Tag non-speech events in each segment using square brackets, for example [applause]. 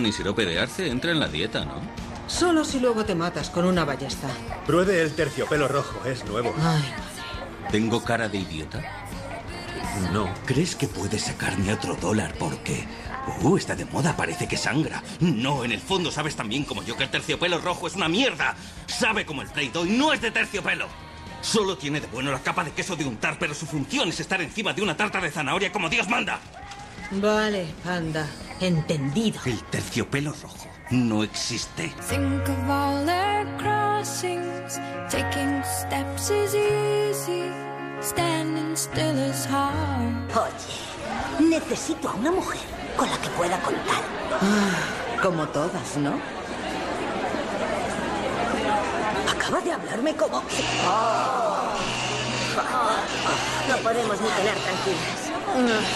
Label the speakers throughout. Speaker 1: ni sirope de arce entra en la dieta, ¿no?
Speaker 2: Solo si luego te matas con una ballesta.
Speaker 3: Pruebe el terciopelo rojo, es nuevo.
Speaker 2: Ay,
Speaker 1: ¿Tengo cara de idiota?
Speaker 4: No. ¿Crees que puedes sacarme otro dólar porque... Uh, está de moda, parece que sangra. No, en el fondo sabes tan bien como yo que el terciopelo rojo es una mierda. Sabe como el Play Doh y no es de terciopelo. Solo tiene de bueno la capa de queso de untar, pero su función es estar encima de una tarta de zanahoria como Dios manda.
Speaker 2: vale, anda. Entendido.
Speaker 4: El terciopelo rojo no existe.
Speaker 5: Think of all their crossings, taking steps is easy, standing still is hard.
Speaker 6: Oye, necesito a una mujer con la que pueda contar.
Speaker 7: Ah,
Speaker 2: Como todas, ¿no?
Speaker 6: Acaba de hablarme como... ¡Oh!
Speaker 7: No podemos ni cenar tranquilas.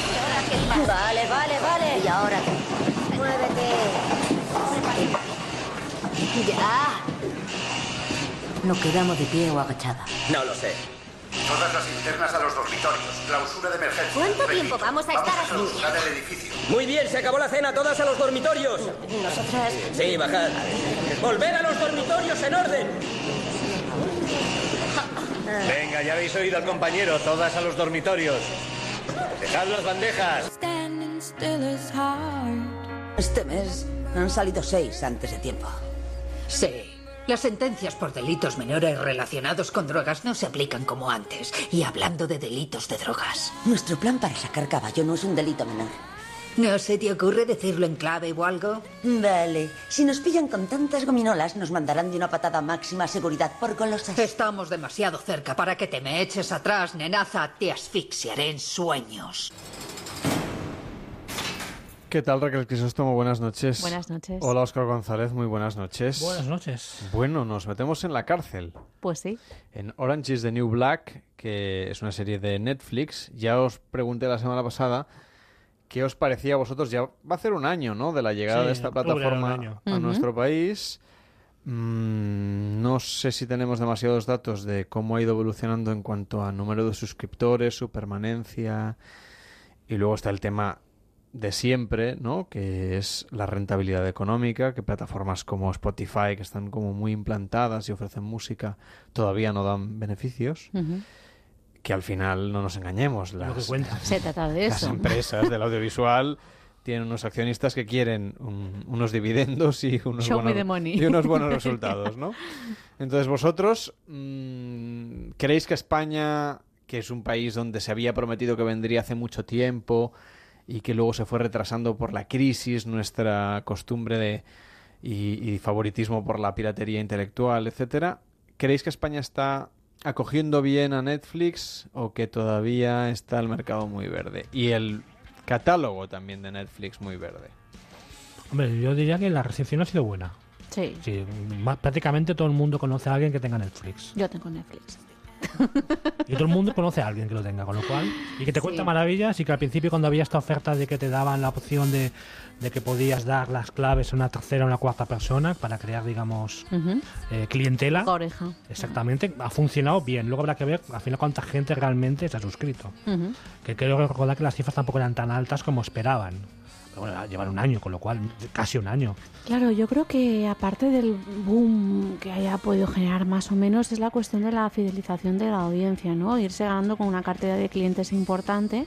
Speaker 6: Vale, vale, vale.
Speaker 7: Y ahora, muévete.
Speaker 6: Ya.
Speaker 7: ¿Nos quedamos de pie o agachada?
Speaker 8: No lo sé.
Speaker 9: Todas las internas a los dormitorios. Clausura de emergencia.
Speaker 7: ¿Cuánto
Speaker 9: Repito,
Speaker 7: tiempo vamos a estar así?
Speaker 9: clausurar el edificio.
Speaker 8: Muy bien, se acabó la cena, todas a los dormitorios.
Speaker 7: Nosotras.
Speaker 8: Sí, bajad. Volver a los dormitorios en orden.
Speaker 3: Venga, ya habéis oído al compañero, todas a los dormitorios. Dejad las bandejas.
Speaker 5: Standing still is hard.
Speaker 6: Este mes han salido seis antes de tiempo.
Speaker 10: Sí. Las sentencias por delitos menores relacionados con drogas no se aplican como antes. Y hablando de delitos de drogas,
Speaker 6: Nuestro plan para sacar caballo no es un delito menor.
Speaker 10: ¿no se te ocurre decirlo en clave o algo?
Speaker 6: Vale. Si nos pillan con tantas gominolas, nos mandarán de una patada máxima seguridad por golosas.
Speaker 10: Estamos demasiado cerca para que te me eches atrás, nenaza. Te asfixiaré en sueños.
Speaker 11: ¿Qué tal, Raquel Crisóstomo? Buenas noches.
Speaker 12: Buenas noches.
Speaker 11: Hola, Óscar González. Muy buenas noches.
Speaker 13: Buenas noches.
Speaker 11: Bueno, nos metemos en la cárcel.
Speaker 12: Pues sí.
Speaker 11: En Orange is the New Black, que es una serie de Netflix, ya os pregunté la semana pasada qué os parecía a vosotros. Ya va a ser un año, ¿no? De la llegada
Speaker 13: Sí,
Speaker 11: de esta
Speaker 13: octubre era un
Speaker 11: plataforma
Speaker 13: año.
Speaker 11: a
Speaker 12: Ujú.
Speaker 11: nuestro país. Mm, no sé si tenemos demasiados datos de cómo ha ido evolucionando en cuanto a número de suscriptores, su permanencia. Y luego está el tema de siempre, ¿no? Que es la rentabilidad económica, que plataformas como Spotify, que están como muy implantadas y ofrecen música, todavía no dan beneficios.
Speaker 12: Ujú.
Speaker 11: Que al final, no nos engañemos,
Speaker 13: Lo que
Speaker 11: las,
Speaker 13: cuenta.
Speaker 12: Se trata de
Speaker 11: las
Speaker 12: eso.
Speaker 11: empresas del audiovisual tienen unos accionistas que quieren un- unos dividendos y unos,
Speaker 12: Show me
Speaker 11: buenos,
Speaker 12: the money.
Speaker 11: y
Speaker 12: [laughs]
Speaker 11: unos buenos resultados, ¿no? Entonces, vosotros, mm, ¿creéis que España, que es un país donde se había prometido que vendría hace mucho tiempo y que luego se fue retrasando por la crisis, nuestra costumbre de, y, y favoritismo por la piratería intelectual, etcétera, ¿creéis que España está acogiendo bien a Netflix o que todavía está el mercado muy verde? Y el catálogo también de Netflix muy verde.
Speaker 13: Hombre, yo diría que la recepción ha sido buena.
Speaker 12: Sí.
Speaker 13: Sí, ma- prácticamente todo el mundo conoce a alguien que tenga Netflix.
Speaker 12: Yo tengo Netflix.
Speaker 13: Y todo el mundo conoce a alguien que lo tenga, con lo cual. Y que te cuenta
Speaker 12: Sí.
Speaker 13: maravillas y que al principio, cuando había esta oferta de que te daban la opción de, de que podías dar las claves a una tercera o una cuarta persona para crear, digamos,
Speaker 12: Ujú.
Speaker 13: eh, clientela.
Speaker 12: Oreja.
Speaker 13: Exactamente, ha funcionado bien. Luego habrá que ver al final cuánta gente realmente se ha suscrito.
Speaker 12: Ujú.
Speaker 13: Que creo recordar que las cifras tampoco eran tan altas como esperaban. Pero bueno, llevan un año, con lo cual, casi un año.
Speaker 12: Claro, yo creo que aparte del boom que haya podido generar más o menos es la cuestión de la fidelización de la audiencia, ¿no? Irse ganando con una cartera de clientes importante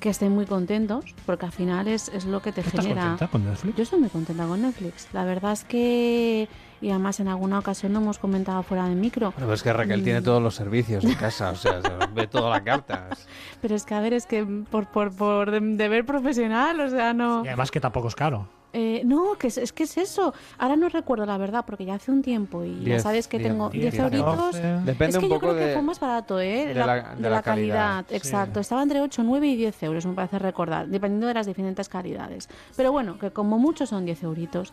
Speaker 12: que estén muy contentos, porque al final es, es lo que te
Speaker 13: ¿Tú estás
Speaker 12: genera.
Speaker 13: contenta con Netflix?
Speaker 12: Yo estoy muy contenta con Netflix. La verdad es que, y además en alguna ocasión lo hemos comentado fuera de micro,
Speaker 11: Bueno, pero es que Raquel tiene todos los servicios de casa, o sea, se ve toda la carta.
Speaker 12: pero es que a ver, es que por, por, por de- deber profesional, o sea, no...
Speaker 13: Y además que tampoco es caro.
Speaker 12: Eh, no, que es, es que es eso. Ahora no recuerdo la verdad, porque ya hace un tiempo y ya
Speaker 11: Diez,
Speaker 12: sabes que
Speaker 11: diez,
Speaker 12: tengo
Speaker 11: diez,
Speaker 12: 10 euritos.
Speaker 13: catorce.
Speaker 11: Depende
Speaker 12: es que
Speaker 11: un
Speaker 12: yo
Speaker 11: poco
Speaker 12: creo que
Speaker 11: de-
Speaker 12: fue más barato, ¿eh?
Speaker 11: de la- de la calidad, sí.
Speaker 12: exacto. Estaba entre 8, 9 y 10 euros, me parece recordar, dependiendo de las diferentes calidades. Pero bueno, que como mucho son 10 euritos.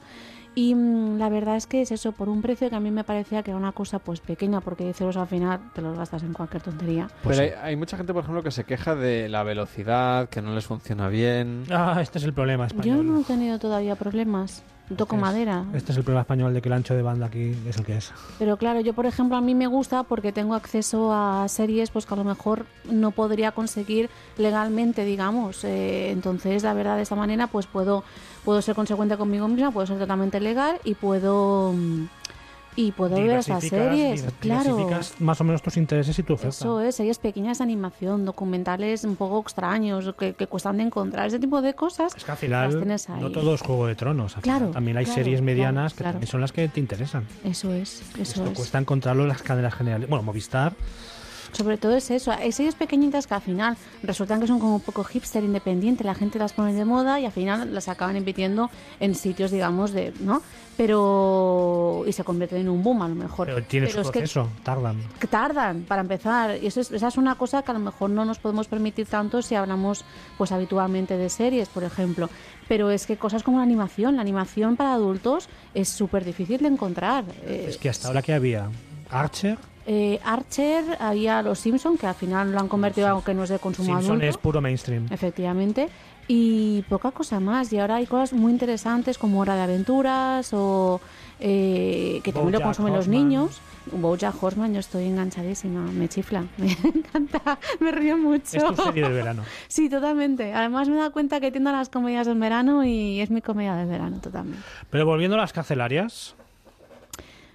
Speaker 12: Y mm, la verdad es que es eso, por un precio que a mí me parecía que era una cosa pues pequeña, porque 10 euros al final te los gastas en cualquier tontería.
Speaker 13: Pues
Speaker 11: Pero hay, hay mucha gente, por ejemplo, que se queja de la velocidad, que no les funciona bien.
Speaker 13: Ah, este es el problema español.
Speaker 12: Yo no he tenido todavía problemas. toco madera.
Speaker 13: Este es el problema español de que el ancho de banda aquí es el que es.
Speaker 12: Pero claro, yo por ejemplo a mí me gusta porque tengo acceso a series pues que a lo mejor no podría conseguir legalmente, digamos. Eh, entonces, la verdad, de esta manera pues puedo, puedo ser consecuente conmigo misma, puedo ser totalmente legal y puedo mm, y puedo ver esas
Speaker 13: Diversificas-
Speaker 12: series,
Speaker 13: diver-
Speaker 12: claro.
Speaker 13: diversificas más o menos tus intereses y tu oferta.
Speaker 12: Eso es, series pequeñas de animación, documentales un poco extraños que, que cuestan de encontrar, ese tipo de cosas.
Speaker 13: Es que al
Speaker 12: las
Speaker 13: final
Speaker 12: tienes ahí.
Speaker 13: no todo es Juego de Tronos. al
Speaker 12: Claro,
Speaker 13: final también hay
Speaker 12: claro,
Speaker 13: series medianas
Speaker 12: claro,
Speaker 13: que
Speaker 12: claro.
Speaker 13: también son las que te interesan.
Speaker 12: Eso es, eso
Speaker 13: Esto
Speaker 12: es.
Speaker 13: cuesta encontrarlo en las cadenas generales. Bueno, Movistar,
Speaker 12: Sobre todo es eso, hay series pequeñitas que al final resultan que son como un poco hipster independiente, la gente las pone de moda y al final las acaban emitiendo en sitios, digamos, de, ¿no? Pero y se convierten en un boom a lo mejor.
Speaker 13: pero tiene
Speaker 12: Pero
Speaker 13: su
Speaker 12: es que-
Speaker 13: proceso, tardan.
Speaker 12: que tardan para empezar y eso es, esa es una cosa que a lo mejor no nos podemos permitir tanto si hablamos pues habitualmente de series por ejemplo pero es que cosas como la animación la animación para adultos es súper difícil de encontrar Eh,
Speaker 13: Es que hasta ahora que había Archer,
Speaker 12: eh, Archer había los Simpson que al final lo han convertido aunque no es de consumo
Speaker 13: Simpson
Speaker 12: adulto
Speaker 13: es puro mainstream.
Speaker 12: efectivamente y poca cosa más y ahora hay cosas muy interesantes como Hora de Aventuras o eh, que también lo
Speaker 13: BoJack
Speaker 12: consumen los
Speaker 13: Horseman.
Speaker 12: niños BoJack Horseman yo estoy enganchadísima me chifla [laughs] me encanta me río mucho
Speaker 13: Es tu serie del
Speaker 12: [laughs]
Speaker 13: verano.
Speaker 12: sí totalmente además me he dado cuenta que tiendo a las comedias del verano y es mi comedia del verano totalmente
Speaker 13: Pero volviendo a las carcelarias,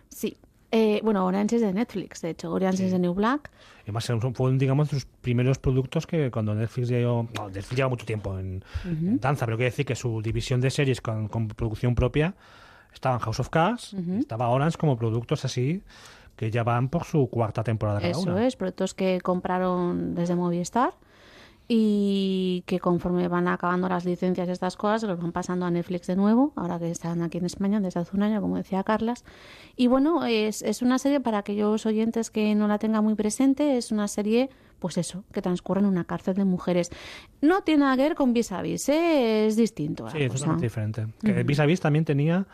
Speaker 12: sí Eh, bueno Orange es de Netflix de hecho Orange es de New Black
Speaker 13: además son- fueron, digamos, sus primeros productos que cuando Netflix llegó. no, Netflix lleva mucho tiempo en,
Speaker 12: Ujú.
Speaker 13: en danza, pero quiero decir que su división de series con, con producción propia estaban House of Cards, estaba Orange como productos así que ya van por su cuarta temporada cada
Speaker 12: Eso
Speaker 13: una.
Speaker 12: es, productos que compraron desde Movistar y que conforme van acabando las licencias y estas cosas, se los van pasando a Netflix de nuevo, ahora que están aquí en España desde hace un año, como decía Carlas. Y bueno, es, es una serie para aquellos oyentes que no la tengan muy presente, es una serie, pues eso, que transcurre en una cárcel de mujeres. No tiene nada que ver con Vis a Vis, ¿eh? es distinto. la
Speaker 13: Sí, es
Speaker 12: cosa.
Speaker 13: totalmente diferente. Que
Speaker 12: Ujú.
Speaker 13: Vis a Vis también tenía,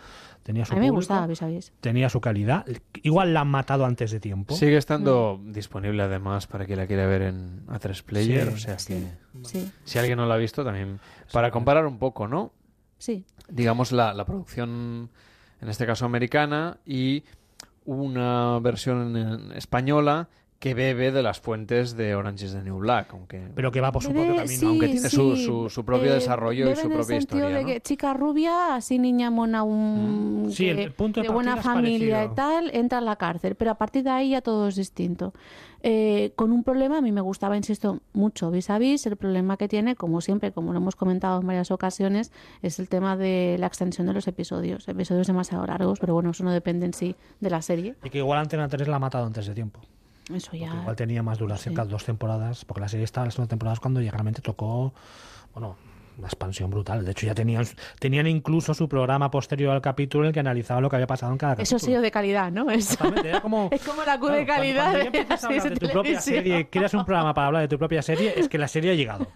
Speaker 13: tenía su
Speaker 12: A mí me
Speaker 13: público,
Speaker 12: gustaba Vis a Vis.
Speaker 13: tenía su calidad. Igual la han matado antes de tiempo.
Speaker 11: Sigue estando disponible además para quien la quiera ver en A3 Player,
Speaker 13: Sí,
Speaker 11: o sea
Speaker 13: sí,
Speaker 11: que
Speaker 12: sí.
Speaker 11: si alguien no la ha visto también para comparar un poco, ¿no?
Speaker 12: Sí.
Speaker 11: Digamos la, la producción en este caso americana y una versión en- española que bebe de las fuentes de Orange is the New Black, aunque
Speaker 13: Pero que va por su
Speaker 12: Bebe-
Speaker 13: propio camino.
Speaker 12: sí,
Speaker 11: aunque tiene su-
Speaker 12: sí, Eh,
Speaker 11: su- su propio desarrollo y
Speaker 12: bebe
Speaker 11: su
Speaker 12: en el
Speaker 11: propia
Speaker 12: sentido
Speaker 11: historia,
Speaker 12: de
Speaker 11: ¿no? Mm.
Speaker 12: que chica rubia, así niña mona, un,
Speaker 13: Sí, el-
Speaker 12: que-
Speaker 13: el punto de
Speaker 12: de buena
Speaker 13: partida es
Speaker 12: familia
Speaker 13: parecido.
Speaker 12: y tal, entra a la cárcel. Pero a partir de ahí ya todo es distinto. Eh, con un problema, a mí me gustaba, insisto, mucho vis a vis. El problema que tiene, como siempre, como lo hemos comentado en varias ocasiones, es el tema de la extensión de los episodios. Episodios demasiado largos, pero bueno, eso no depende en sí de la serie.
Speaker 13: Y que igual Antena 3 la ha matado antes de tiempo.
Speaker 12: Eso ya.
Speaker 13: Igual tenía más duración,
Speaker 12: Sí.
Speaker 13: cada dos temporadas, porque la serie estaba en las dos temporadas cuando ya realmente tocó, bueno, una expansión brutal. De hecho, ya tenían, tenían incluso su programa posterior al capítulo en el que analizaba lo que había pasado en cada capítulo.
Speaker 12: Eso sí, de calidad, ¿no? Es,
Speaker 13: como,
Speaker 12: [laughs] es como la Q de
Speaker 13: Claro, cuando-
Speaker 12: calidad
Speaker 13: cuando ya
Speaker 12: de
Speaker 13: empiezas a
Speaker 12: las
Speaker 13: hablar de
Speaker 12: series
Speaker 13: tu
Speaker 12: de
Speaker 13: propia
Speaker 12: televisión.
Speaker 13: serie, creas un programa para hablar de tu propia serie, es que la serie
Speaker 12: [laughs]
Speaker 13: ha llegado.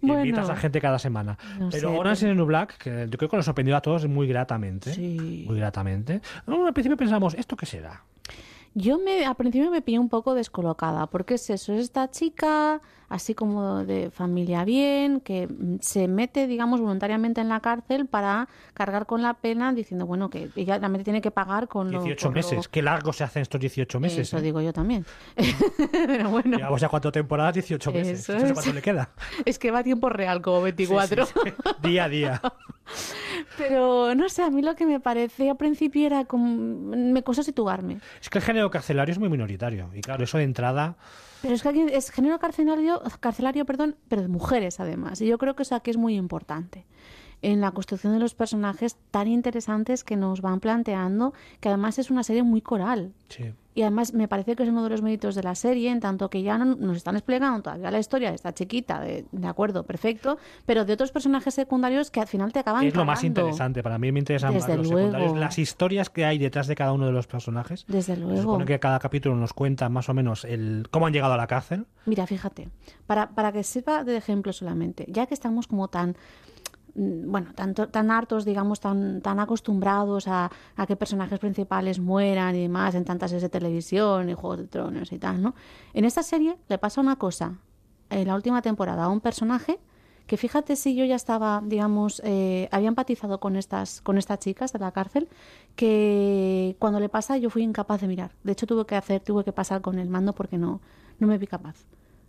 Speaker 13: Y
Speaker 12: Bueno.
Speaker 13: Invitas a gente cada semana.
Speaker 12: No
Speaker 13: Pero
Speaker 12: sé,
Speaker 13: ahora Orange is the New Black, que yo creo que nos sorprendió a todos muy gratamente. Muy gratamente. No, al principio pensamos, ¿esto qué será?
Speaker 12: Yo me, al principio me pillé un poco descolocada, porque es eso, es esta chica, así como de familia bien, que mm, se mete, digamos, voluntariamente en la cárcel para cargar con la pena, diciendo, bueno, que ella realmente tiene que pagar con lo...
Speaker 13: 18
Speaker 12: con lo-
Speaker 13: meses. Qué largo se hacen estos 18 meses.
Speaker 12: Eso
Speaker 13: ¿eh?
Speaker 12: digo yo también. [laughs] Pero bueno,
Speaker 13: Llevamos ya cuatro temporadas, 18 meses.
Speaker 12: Eso
Speaker 13: No sé
Speaker 12: es.
Speaker 13: cuánto
Speaker 12: [laughs]
Speaker 13: le queda.
Speaker 12: es que va a tiempo real, como 24.
Speaker 13: [laughs] Día a día.
Speaker 12: Pero no sé, a mí lo que me parecía al principio era como... Me costó situarme.
Speaker 13: Es que el género carcelario es muy minoritario. Y claro, eso de entrada.
Speaker 12: Pero es que aquí es género carcelario, carcelario perdón, pero de mujeres además. Y yo creo que eso aquí es muy importante. En la construcción de los personajes tan interesantes que nos van planteando, que además es una serie muy coral.
Speaker 13: Sí.
Speaker 12: Y además me parece que es uno de los méritos de la serie, en tanto que ya no- nos están explicando todavía la historia de esta chiquita, de, de acuerdo, perfecto, pero de otros personajes secundarios que al final te acaban
Speaker 13: Es lo más
Speaker 12: calando.
Speaker 13: interesante. Para mí me interesan más
Speaker 12: Desde
Speaker 13: los
Speaker 12: luego.
Speaker 13: secundarios, las historias que hay detrás de cada uno de los personajes.
Speaker 12: Desde
Speaker 13: Se
Speaker 12: luego.
Speaker 13: supone que cada capítulo nos cuenta más o menos el cómo han llegado a la cárcel.
Speaker 12: Mira, fíjate, para, para que sirva de ejemplo solamente, ya que estamos como tan mm, bueno, tanto, tan hartos, digamos, tan, tan acostumbrados a, a que personajes principales mueran y demás en tantas series de televisión y Juegos de Tronos y tal, ¿no? En esta serie le pasa una cosa, en la última temporada, a un personaje que fíjate si yo ya estaba, digamos, eh, había empatizado con estas, con estas chicas de la cárcel, que cuando le pasa yo fui incapaz de mirar. De hecho, tuve que hacer, tuve que pasar con el mando porque no, no me vi capaz.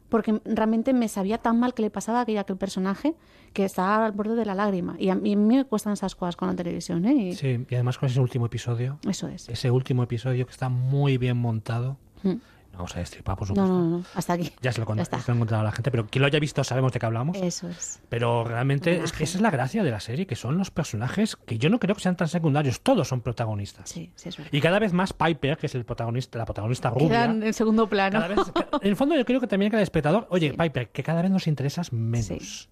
Speaker 12: Porque realmente me sabía tan mal que le pasaba a aquel, aquel personaje que estaba al borde de la lágrima. Y a mí, a mí me cuestan esas cosas con la televisión, ¿eh? Y-
Speaker 13: Sí, y además con ese último episodio.
Speaker 12: Eso es.
Speaker 13: Ese último episodio que está muy bien montado.
Speaker 12: Mm.
Speaker 13: No vamos a destripar, por
Speaker 12: No,
Speaker 13: supuesto.
Speaker 12: no, no, no. Hasta aquí.
Speaker 13: Ya se lo, cont-
Speaker 12: Ya está.
Speaker 13: se lo han contado a la gente, pero quien lo haya visto sabemos de qué hablamos.
Speaker 12: Eso es.
Speaker 13: Pero realmente es que esa es la gracia de la serie, que son los personajes que yo no creo que sean tan secundarios, todos son protagonistas.
Speaker 12: Sí, sí, es verdad.
Speaker 13: Y cada vez más Piper, que es el protagonista, la protagonista rubia.
Speaker 12: Quedan en segundo plano.
Speaker 13: Cada vez- en el fondo yo creo que también cada espectador, oye, Piper, que cada vez nos interesas menos.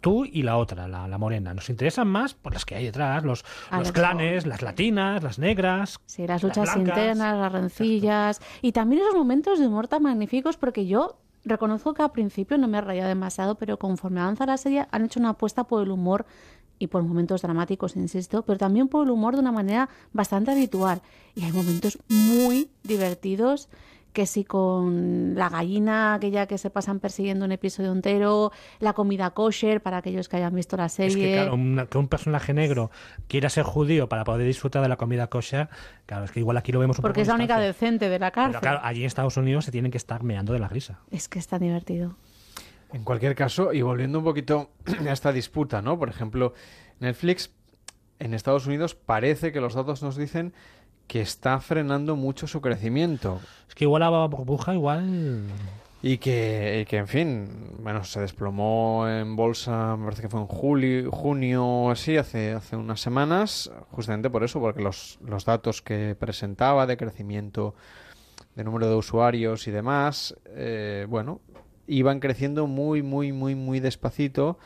Speaker 13: Tú y la otra, la, la morena. Nos interesan más por las que hay detrás, los,
Speaker 12: Ah,
Speaker 13: los
Speaker 12: las-
Speaker 13: clanes, las latinas, las negras.
Speaker 12: Sí, las luchas
Speaker 13: blancas.
Speaker 12: internas, las rencillas y también esos momentos de humor tan magníficos porque yo reconozco que al principio no me reía demasiado, pero conforme avanza la serie han hecho una apuesta por el humor y por momentos dramáticos, insisto, pero también por el humor de una manera bastante habitual. Y hay momentos muy divertidos que si con la gallina aquella que se pasan persiguiendo un episodio entero, la comida kosher para aquellos que hayan visto la serie.
Speaker 13: Es que, claro, una- que un personaje negro quiera ser judío para poder disfrutar de la comida kosher, claro, es que igual aquí lo vemos un
Speaker 12: porque es
Speaker 13: poco
Speaker 12: la única decente de la cárcel.
Speaker 13: Pero claro, allí en Estados Unidos se tienen que estar meando de la risa.
Speaker 12: Es que es tan divertido.
Speaker 11: En cualquier caso, y volviendo un poquito [clears throat] a esta disputa, ¿no? Por ejemplo, Netflix en Estados Unidos parece que los datos nos dicen que está frenando mucho su crecimiento.
Speaker 13: Es que igual la burbuja, igual...
Speaker 11: Y que, y que, en fin, bueno, se desplomó en bolsa, me parece que fue en julio, junio o así, hace, hace unas semanas, justamente por eso, porque los, los datos que presentaba de crecimiento de número de usuarios y demás, eh, bueno, iban creciendo muy, muy, muy, muy despacito.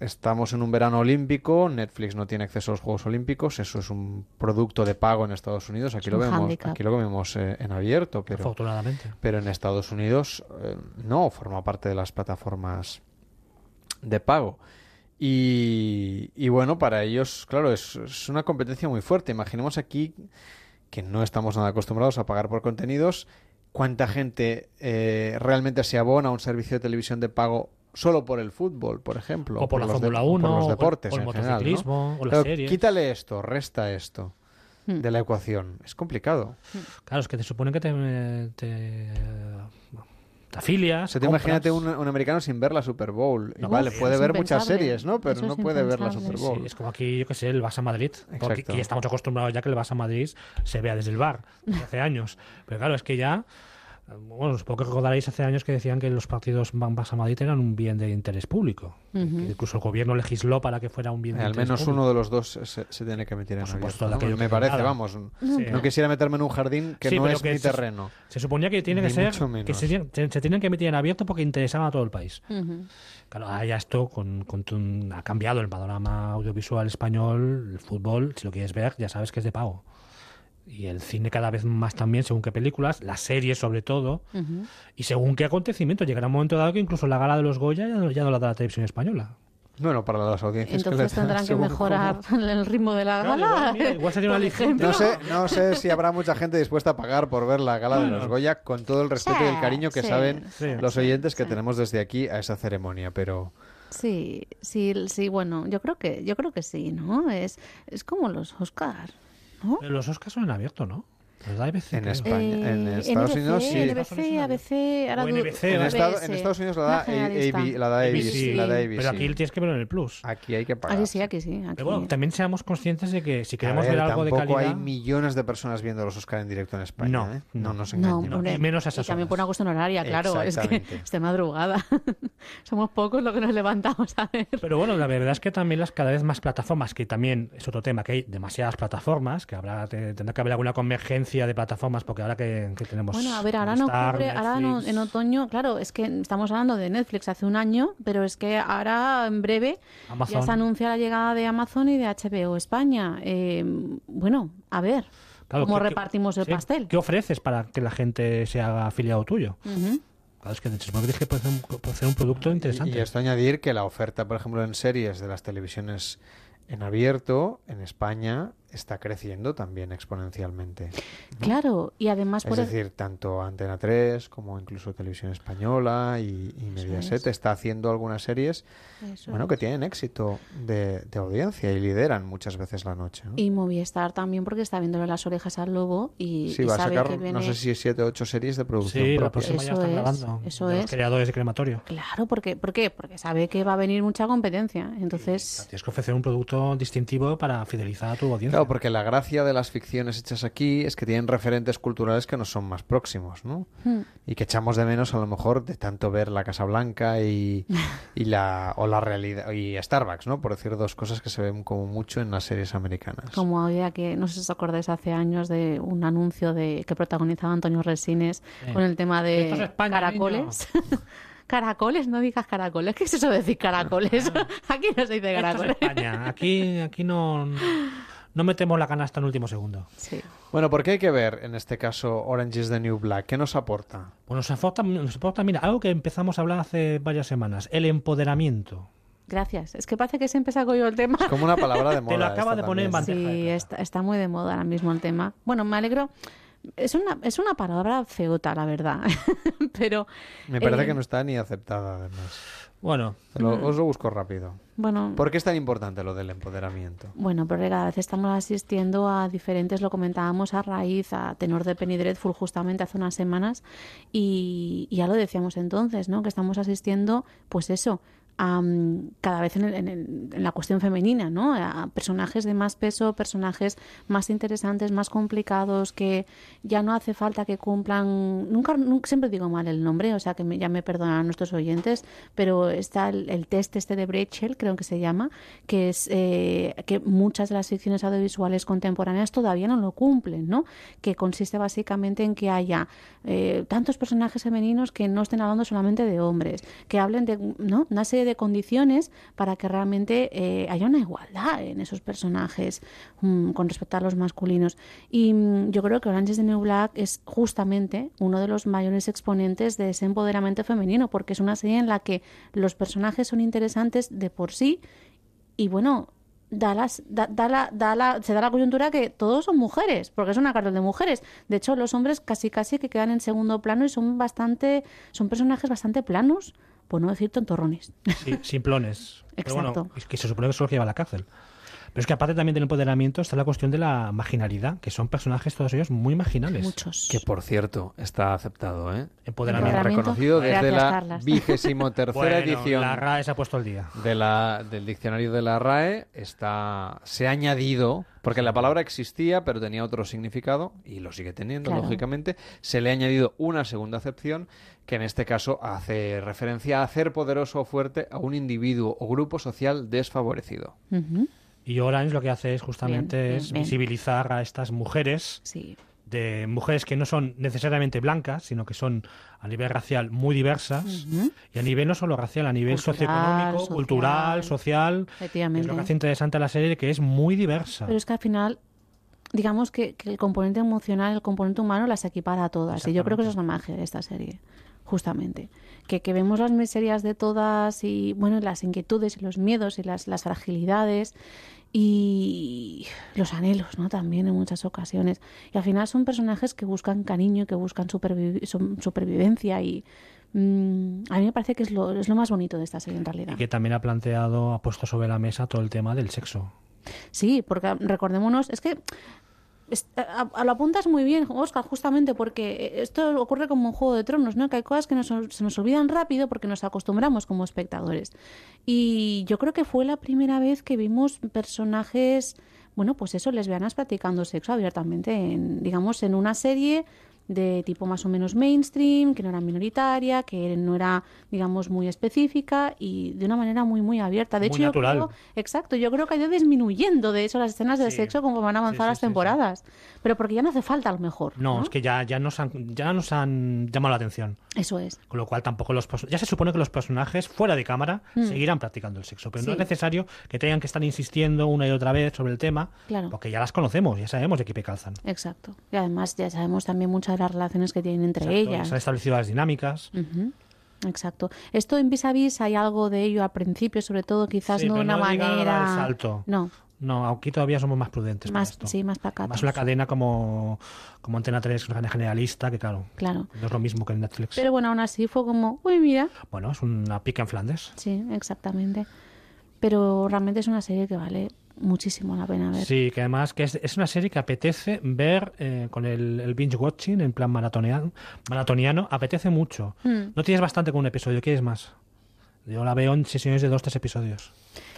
Speaker 11: Estamos en un verano olímpico, Netflix no tiene acceso a los Juegos Olímpicos, eso es un producto de pago en Estados Unidos, aquí
Speaker 13: Es
Speaker 11: lo
Speaker 13: un
Speaker 11: vemos,
Speaker 13: hándicap.
Speaker 11: aquí lo vemos eh, en abierto, pero
Speaker 13: Afortunadamente.
Speaker 11: pero en Estados Unidos eh, no forma parte de las plataformas de pago. Y, y bueno, para ellos, claro, es, es una competencia muy fuerte. Imaginemos aquí que no estamos nada acostumbrados a pagar por contenidos, cuánta gente eh, realmente se abona a un servicio de televisión de pago solo por el fútbol, por ejemplo.
Speaker 13: O por la
Speaker 11: los de-
Speaker 13: Fórmula
Speaker 11: o por
Speaker 13: 1,
Speaker 11: los
Speaker 13: o por-
Speaker 11: deportes
Speaker 13: por el
Speaker 11: en general, ¿no?
Speaker 13: motociclismo, o las
Speaker 11: Claro,
Speaker 13: series.
Speaker 11: Quítale esto, resta esto de la ecuación. Es complicado.
Speaker 13: Claro, es que te suponen que te... te, te afilias,
Speaker 11: O sea, tú
Speaker 13: compras.
Speaker 11: imagínate un, un americano sin ver la Super Bowl. Y
Speaker 13: No,
Speaker 11: vale,
Speaker 13: es
Speaker 11: puede ver
Speaker 13: impensable.
Speaker 11: muchas series, ¿no? Pero
Speaker 13: Eso
Speaker 11: no
Speaker 13: es
Speaker 11: puede ver la
Speaker 13: impensable.
Speaker 11: Super Bowl.
Speaker 13: Sí, es como aquí, yo que sé, el vas a Madrid. Porque
Speaker 11: Exacto.
Speaker 13: aquí estamos acostumbrados ya que el vas a Madrid se vea desde el bar, desde hace años. Pero claro, es que ya. eh, Bueno, supongo que recordaréis hace años que decían que los partidos Vas a Madrid eran un bien de interés público.
Speaker 11: Ujú.
Speaker 13: Que Incluso el gobierno legisló para que fuera un bien de
Speaker 11: Al
Speaker 13: interés
Speaker 11: menos
Speaker 13: público.
Speaker 11: uno de los dos se, se tiene que meter en
Speaker 13: supuesto,
Speaker 11: abierto,
Speaker 13: de
Speaker 11: ¿no?
Speaker 13: aquello que
Speaker 11: Me
Speaker 13: no
Speaker 11: parece,
Speaker 13: nada.
Speaker 11: vamos.
Speaker 13: Sí.
Speaker 11: No quisiera meterme en un jardín que
Speaker 13: Sí,
Speaker 11: no
Speaker 13: pero
Speaker 11: es mi
Speaker 13: se-
Speaker 11: terreno.
Speaker 13: Se, suponía que tiene que
Speaker 11: Ni
Speaker 13: ser.
Speaker 11: mucho
Speaker 13: Que
Speaker 11: menos.
Speaker 13: se, tienen- se- se tienen que emitir en abierto porque interesaban a todo el país. Claro, ahora ya esto con, con tu- ha cambiado el panorama audiovisual español, el fútbol, si lo quieres ver, ya sabes que es de pago. Y el cine cada vez más también, según qué películas, las series sobre todo,
Speaker 12: Ujú.
Speaker 13: y según qué acontecimiento. Llegará un momento dado que incluso la gala de los Goya ya no, ya no la da la televisión española.
Speaker 11: Bueno, para las audiencias
Speaker 12: Entonces
Speaker 11: que le [laughs]
Speaker 12: tendrán que
Speaker 11: según cómo.
Speaker 12: mejorar el ritmo de la
Speaker 13: Claro,
Speaker 12: gala.
Speaker 13: igual, mira, igual sería una
Speaker 12: por ejemplo.
Speaker 13: licencia. [laughs]
Speaker 11: No sé, no sé si habrá mucha gente dispuesta a pagar por ver la gala de
Speaker 13: Bueno.
Speaker 11: los Goya con todo el respeto y el cariño que
Speaker 12: sí,
Speaker 11: saben
Speaker 12: sí,
Speaker 11: los oyentes que tenemos desde aquí a esa ceremonia, pero
Speaker 12: Sí, sí, sí, bueno, yo creo que, yo creo que sí, ¿no? Es, es como los Oscar.
Speaker 13: Pero Los Oscars son en abierto, ¿no? Los da ABC,
Speaker 11: en
Speaker 13: creo.
Speaker 11: España, en
Speaker 12: Eh,
Speaker 11: Estados
Speaker 12: NBC,
Speaker 11: Unidos sí.
Speaker 12: NBC, ABC, ahora
Speaker 13: O
Speaker 12: dudo-
Speaker 13: NBC,
Speaker 11: En,
Speaker 13: ¿no?
Speaker 11: Estado-
Speaker 12: NBC,
Speaker 11: en Estados Unidos la
Speaker 12: una
Speaker 11: da, A-
Speaker 12: generalista.
Speaker 11: AB la da ABC, la da ABC.
Speaker 13: Pero aquí tienes que verlo en el Plus.
Speaker 11: Aquí hay que pagar.
Speaker 12: Aquí sí, aquí sí. aquí.
Speaker 13: Pero bueno, también seamos conscientes de que si queremos
Speaker 11: A ver,
Speaker 13: ver, algo de
Speaker 11: tampoco
Speaker 13: calidad...
Speaker 11: hay millones de personas viendo los Oscar en directo en España.
Speaker 13: No,
Speaker 11: ¿eh?
Speaker 13: no.
Speaker 11: no nos
Speaker 12: No,
Speaker 11: engañemos.
Speaker 12: hombre, y también por una cuestión horaria, claro. [laughs] Es que
Speaker 11: Exactamente.
Speaker 12: está madrugada. Somos pocos los que nos levantamos a ver.
Speaker 13: Pero bueno, la verdad es que también las cada vez más plataformas, que también es otro tema, que hay demasiadas plataformas, que habrá te- tendrá que haber alguna convergencia de plataformas, porque ahora que, que tenemos...
Speaker 12: Bueno, a ver, ahora en
Speaker 13: Movistar,
Speaker 12: octubre, ahora no-
Speaker 13: Netflix,
Speaker 12: en otoño, claro, es que estamos hablando de Netflix hace un año, pero es que ahora en breve ya
Speaker 13: Amazon.
Speaker 12: se anuncia la llegada de Amazon y de HBO España. Eh, bueno, a ver
Speaker 13: claro,
Speaker 12: cómo
Speaker 13: ¿qué- qué-
Speaker 12: repartimos el
Speaker 13: sí,
Speaker 12: pastel.
Speaker 13: ¿Qué ofreces para que la gente se haga afiliado tuyo?
Speaker 12: Ujú.
Speaker 13: Claro, es que se supone que tienes que ofrecer un, ofrecer un producto
Speaker 11: Y
Speaker 13: interesante.
Speaker 11: esto añadir que la oferta, por ejemplo, en series de las televisiones en abierto en España está creciendo también exponencialmente. ¿no?
Speaker 12: Claro, y además por
Speaker 11: Es decir, tanto Antena 3 como incluso Televisión Española y, y Mediaset
Speaker 12: es.
Speaker 11: está haciendo algunas series
Speaker 12: Eso
Speaker 11: bueno,
Speaker 12: es.
Speaker 11: que tienen éxito de, de audiencia y lideran muchas veces la noche. ¿no?
Speaker 12: Y Movistar también porque está viéndole las orejas al lobo y,
Speaker 11: sí,
Speaker 12: y
Speaker 11: va a
Speaker 12: sabe
Speaker 11: sacar,
Speaker 12: que viene...
Speaker 11: no sé si siete o ocho series de producción
Speaker 13: Sí, la
Speaker 11: propia.
Speaker 13: próxima ya
Speaker 12: Eso
Speaker 13: están
Speaker 12: es,
Speaker 13: grabando.
Speaker 12: eso
Speaker 13: de los
Speaker 12: es.
Speaker 13: creadores de crematorio.
Speaker 12: Claro, porque, ¿por qué? Porque sabe que va a venir mucha competencia. Entonces,
Speaker 13: Tienes que ofrecer un producto distintivo para fidelizar a tu audiencia.
Speaker 11: Claro, porque la gracia de las ficciones hechas aquí es que tienen referentes culturales que nos son más próximos, ¿no?
Speaker 12: Hmm.
Speaker 11: Y que echamos de menos a lo mejor de tanto ver la Casa Blanca
Speaker 13: [laughs]
Speaker 11: y, y la o la realidad y Starbucks, ¿no? Por decir dos cosas que se ven como mucho en las series americanas.
Speaker 12: como había que, no sé si os acordáis hace años de un anuncio de que protagonizaba Antonio Resines
Speaker 11: Sí.
Speaker 12: con el tema de
Speaker 11: Esto es España,
Speaker 12: caracoles. [laughs] caracoles, no digas caracoles. ¿Qué es eso de decir
Speaker 11: [laughs]
Speaker 12: caracoles? [laughs] Aquí no se dice
Speaker 13: Esto
Speaker 12: caracoles.
Speaker 13: es España. Aquí, aquí no, no metemos la canasta en último segundo.
Speaker 11: Bueno, ¿por qué hay que ver en este caso Orange is the New Black? ¿Qué nos aporta?
Speaker 13: Bueno, nos aporta, nos aporta, mira, algo que empezamos a hablar hace varias semanas, el empoderamiento.
Speaker 12: Gracias. Es que parece que siempre saco yo el tema.
Speaker 11: Es como una palabra de
Speaker 13: [laughs]
Speaker 11: moda.
Speaker 13: Te lo acaba
Speaker 11: esta
Speaker 13: de poner en
Speaker 11: también.
Speaker 13: bandeja.
Speaker 12: Sí, está, está muy de moda ahora mismo el tema. Bueno, me alegro. Es una, es una palabra feota, la verdad. [laughs] Pero.
Speaker 11: Me parece
Speaker 12: eh,
Speaker 11: que no está ni aceptada, además.
Speaker 13: Bueno.
Speaker 11: os lo busco rápido.
Speaker 12: Bueno.
Speaker 11: ¿Por qué es tan importante lo del empoderamiento?
Speaker 12: Bueno, pero cada vez estamos asistiendo a diferentes, lo comentábamos a raíz, a tenor de Penny Dreadful justamente hace unas semanas y y ya lo decíamos entonces, ¿no? Que estamos asistiendo, pues eso, a, mm, cada vez en, el- en el- en la cuestión femenina, ¿no? A personajes de más peso, personajes más interesantes, más complicados, que ya no hace falta que cumplan, nunca, nun- siempre digo mal el nombre, o sea que me- ya me perdonarán nuestros oyentes, pero está el, el test este de Brechel, creo que se llama, que es eh, que muchas de las ficciones audiovisuales contemporáneas todavía no lo cumplen, ¿no? Que consiste básicamente en que haya eh, tantos personajes femeninos que no estén hablando solamente de hombres, que hablen de ¿no? una serie de condiciones para que realmente eh, haya una igualdad en esos personajes mm, con respecto a los masculinos. Y mm, yo creo que Orange is the New Black es justamente uno de los mayores exponentes de ese empoderamiento femenino, porque es una serie en la que los personajes son interesantes de por sí y bueno, da las- da- da la- da la- se da la coyuntura que todos son mujeres, porque es una cartel de mujeres. De hecho, los hombres casi casi que quedan en segundo plano y son bastante, son personajes bastante planos, por no decir tontorrones.
Speaker 13: Sí, simplones. Pero bueno,
Speaker 12: Exacto.
Speaker 13: es que se supone que solo lleva a la cárcel. Pero es que aparte también del empoderamiento está la cuestión de la marginalidad, que son personajes todos ellos muy marginales.
Speaker 12: Muchos.
Speaker 11: Que por cierto, está aceptado, ¿eh?
Speaker 13: Empoderamiento.
Speaker 11: También reconocido desde
Speaker 13: Gracias, [laughs]
Speaker 11: la
Speaker 13: Carlas.
Speaker 11: vigésimo tercera
Speaker 13: Bueno,
Speaker 11: edición
Speaker 13: la RAE se ha puesto al día.
Speaker 11: de la, del diccionario de la RAE está se ha añadido porque la palabra existía pero tenía otro significado y lo sigue teniendo
Speaker 13: Claro.
Speaker 11: lógicamente se le ha añadido una segunda acepción que en este caso hace referencia a hacer poderoso o fuerte a un individuo o grupo social desfavorecido
Speaker 13: Y Orange lo que hace es justamente
Speaker 11: Bien, bien,
Speaker 13: es
Speaker 11: bien.
Speaker 13: visibilizar a estas mujeres, de mujeres que no son necesariamente blancas, sino que son a nivel racial muy diversas, y a nivel no solo racial, a nivel
Speaker 12: Cultural,
Speaker 13: socioeconómico,
Speaker 12: social.
Speaker 13: cultural, social. Es
Speaker 12: Efectivamente.
Speaker 13: lo que hace interesante a la serie, que es muy diversa.
Speaker 12: Pero es que al final, digamos que, que el componente emocional, el componente humano, las equipara a todas. Y yo creo que eso es la magia de esta serie, justamente. Que, que vemos las miserias de todas y, bueno, las inquietudes y los miedos y las, las fragilidades y los anhelos, ¿no? También en muchas ocasiones. Y al final son personajes que buscan cariño, que buscan supervivi- son- supervivencia y... mm, a mí me parece que es lo, es lo más bonito de esta serie en realidad.
Speaker 13: Y que también ha planteado, ha puesto sobre la mesa todo el tema del sexo.
Speaker 12: Sí, porque recordémonos, es que es- a- a- lo apuntas muy bien, Oscar, justamente porque esto ocurre como en Juego de Tronos, ¿no? Que hay cosas que nos ol- se nos olvidan rápido porque nos acostumbramos como espectadores. Y yo creo que fue la primera vez que vimos personajes, bueno, pues eso, lesbianas practicando sexo abiertamente, en, digamos, en una serie de tipo más o menos mainstream, que no era minoritaria, que no era, digamos, muy específica y de una manera muy, muy abierta. De
Speaker 13: Muy
Speaker 12: hecho, yo
Speaker 13: natural.
Speaker 12: creo- exacto, yo creo que ha ido disminuyendo, de hecho, las escenas de sexo como van a avanzar las temporadas, pero porque ya no hace falta a lo mejor.
Speaker 13: No, es que ya, ya, nos han, ya nos han llamado la atención.
Speaker 12: Eso es.
Speaker 13: Con lo cual tampoco los perso- ya se supone que los personajes fuera de cámara
Speaker 12: Mm.
Speaker 13: seguirán practicando el sexo, pero no
Speaker 12: Sí.
Speaker 13: es necesario que tengan que estar insistiendo una y otra vez sobre el tema,
Speaker 12: Claro.
Speaker 13: porque ya las conocemos, ya sabemos de qué pie calzan.
Speaker 12: Exacto. Y además ya sabemos también muchas de las relaciones que tienen entre
Speaker 13: Exacto,
Speaker 12: ellas.
Speaker 13: Se han establecido las dinámicas.
Speaker 12: Ujú. Exacto. Esto en vis a vis hay algo de ello al principio, sobre todo, quizás
Speaker 13: Sí,
Speaker 12: no de
Speaker 13: pero
Speaker 12: una
Speaker 13: no diga nada
Speaker 12: manera.
Speaker 13: del salto.
Speaker 12: No.
Speaker 13: No, aquí todavía somos más prudentes. para
Speaker 12: Más,
Speaker 13: esto.
Speaker 12: sí, más pacatos.
Speaker 13: Más una cadena como, como Antena 3, una cadena generalista, que claro,
Speaker 12: Claro.
Speaker 13: no es lo mismo que en Netflix.
Speaker 12: Pero bueno, aún así fue como, uy, mira.
Speaker 13: Bueno, es una pica en Flandes.
Speaker 12: Sí, exactamente. Pero realmente es una serie que vale muchísimo la pena ver.
Speaker 13: Sí, que además que es, es una serie que apetece ver eh, con el, el binge watching, en plan maratoniano, maratoniano apetece mucho.
Speaker 12: Mm.
Speaker 13: No tienes bastante con un episodio, ¿quieres más? Yo la veo en sesiones de dos, tres episodios.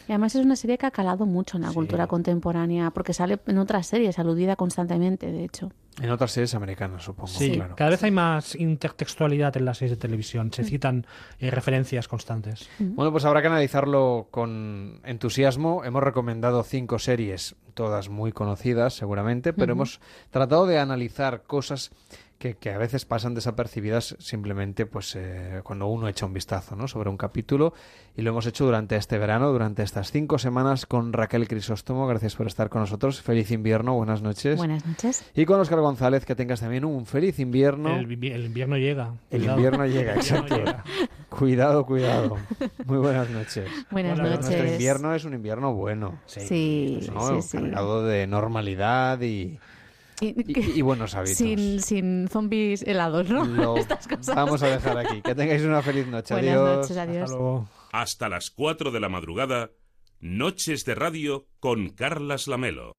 Speaker 12: Y además es una serie que ha calado mucho en la cultura contemporánea, porque sale en otras series, aludida constantemente, de hecho.
Speaker 11: En otras series americanas, supongo.
Speaker 13: Sí,
Speaker 11: claro.
Speaker 13: cada vez hay más intertextualidad en las series de televisión,
Speaker 12: Mm.
Speaker 13: se citan eh, referencias constantes.
Speaker 11: Bueno, pues habrá que analizarlo con entusiasmo. Hemos recomendado cinco series, todas muy conocidas seguramente, pero
Speaker 12: Ujú.
Speaker 11: hemos tratado de analizar cosas que, que a veces pasan desapercibidas simplemente pues eh, cuando uno echa un vistazo ¿no? sobre un capítulo y lo hemos hecho durante este verano, durante estas cinco semanas con Raquel Crisóstomo. Gracias por estar con nosotros. Feliz invierno, buenas noches.
Speaker 12: Buenas noches.
Speaker 11: Y con Oscar González, que tengas también un feliz invierno.
Speaker 13: El, invi- el invierno llega.
Speaker 11: El
Speaker 13: cuidado.
Speaker 11: invierno llega,
Speaker 13: El invierno
Speaker 11: exacto.
Speaker 13: llega.
Speaker 11: Cuidado, cuidado. Muy buenas noches.
Speaker 12: Buenas
Speaker 11: Nuestro
Speaker 12: noches.
Speaker 11: invierno es un invierno bueno.
Speaker 12: Sí,
Speaker 11: ¿no?
Speaker 12: sí, sí.
Speaker 11: Cargado de normalidad y,
Speaker 12: Y-
Speaker 11: y- y buenos hábitos.
Speaker 12: Sin, sin zombies helados, ¿no? [laughs]
Speaker 11: Lo
Speaker 12: Estas cosas.
Speaker 11: vamos a dejar aquí. Que tengáis una feliz noche.
Speaker 12: Buenas
Speaker 11: Adiós.
Speaker 12: noches, adiós. Hasta luego.
Speaker 14: Hasta las 4 de la madrugada, Noches de Radio con Carlas Lamelo.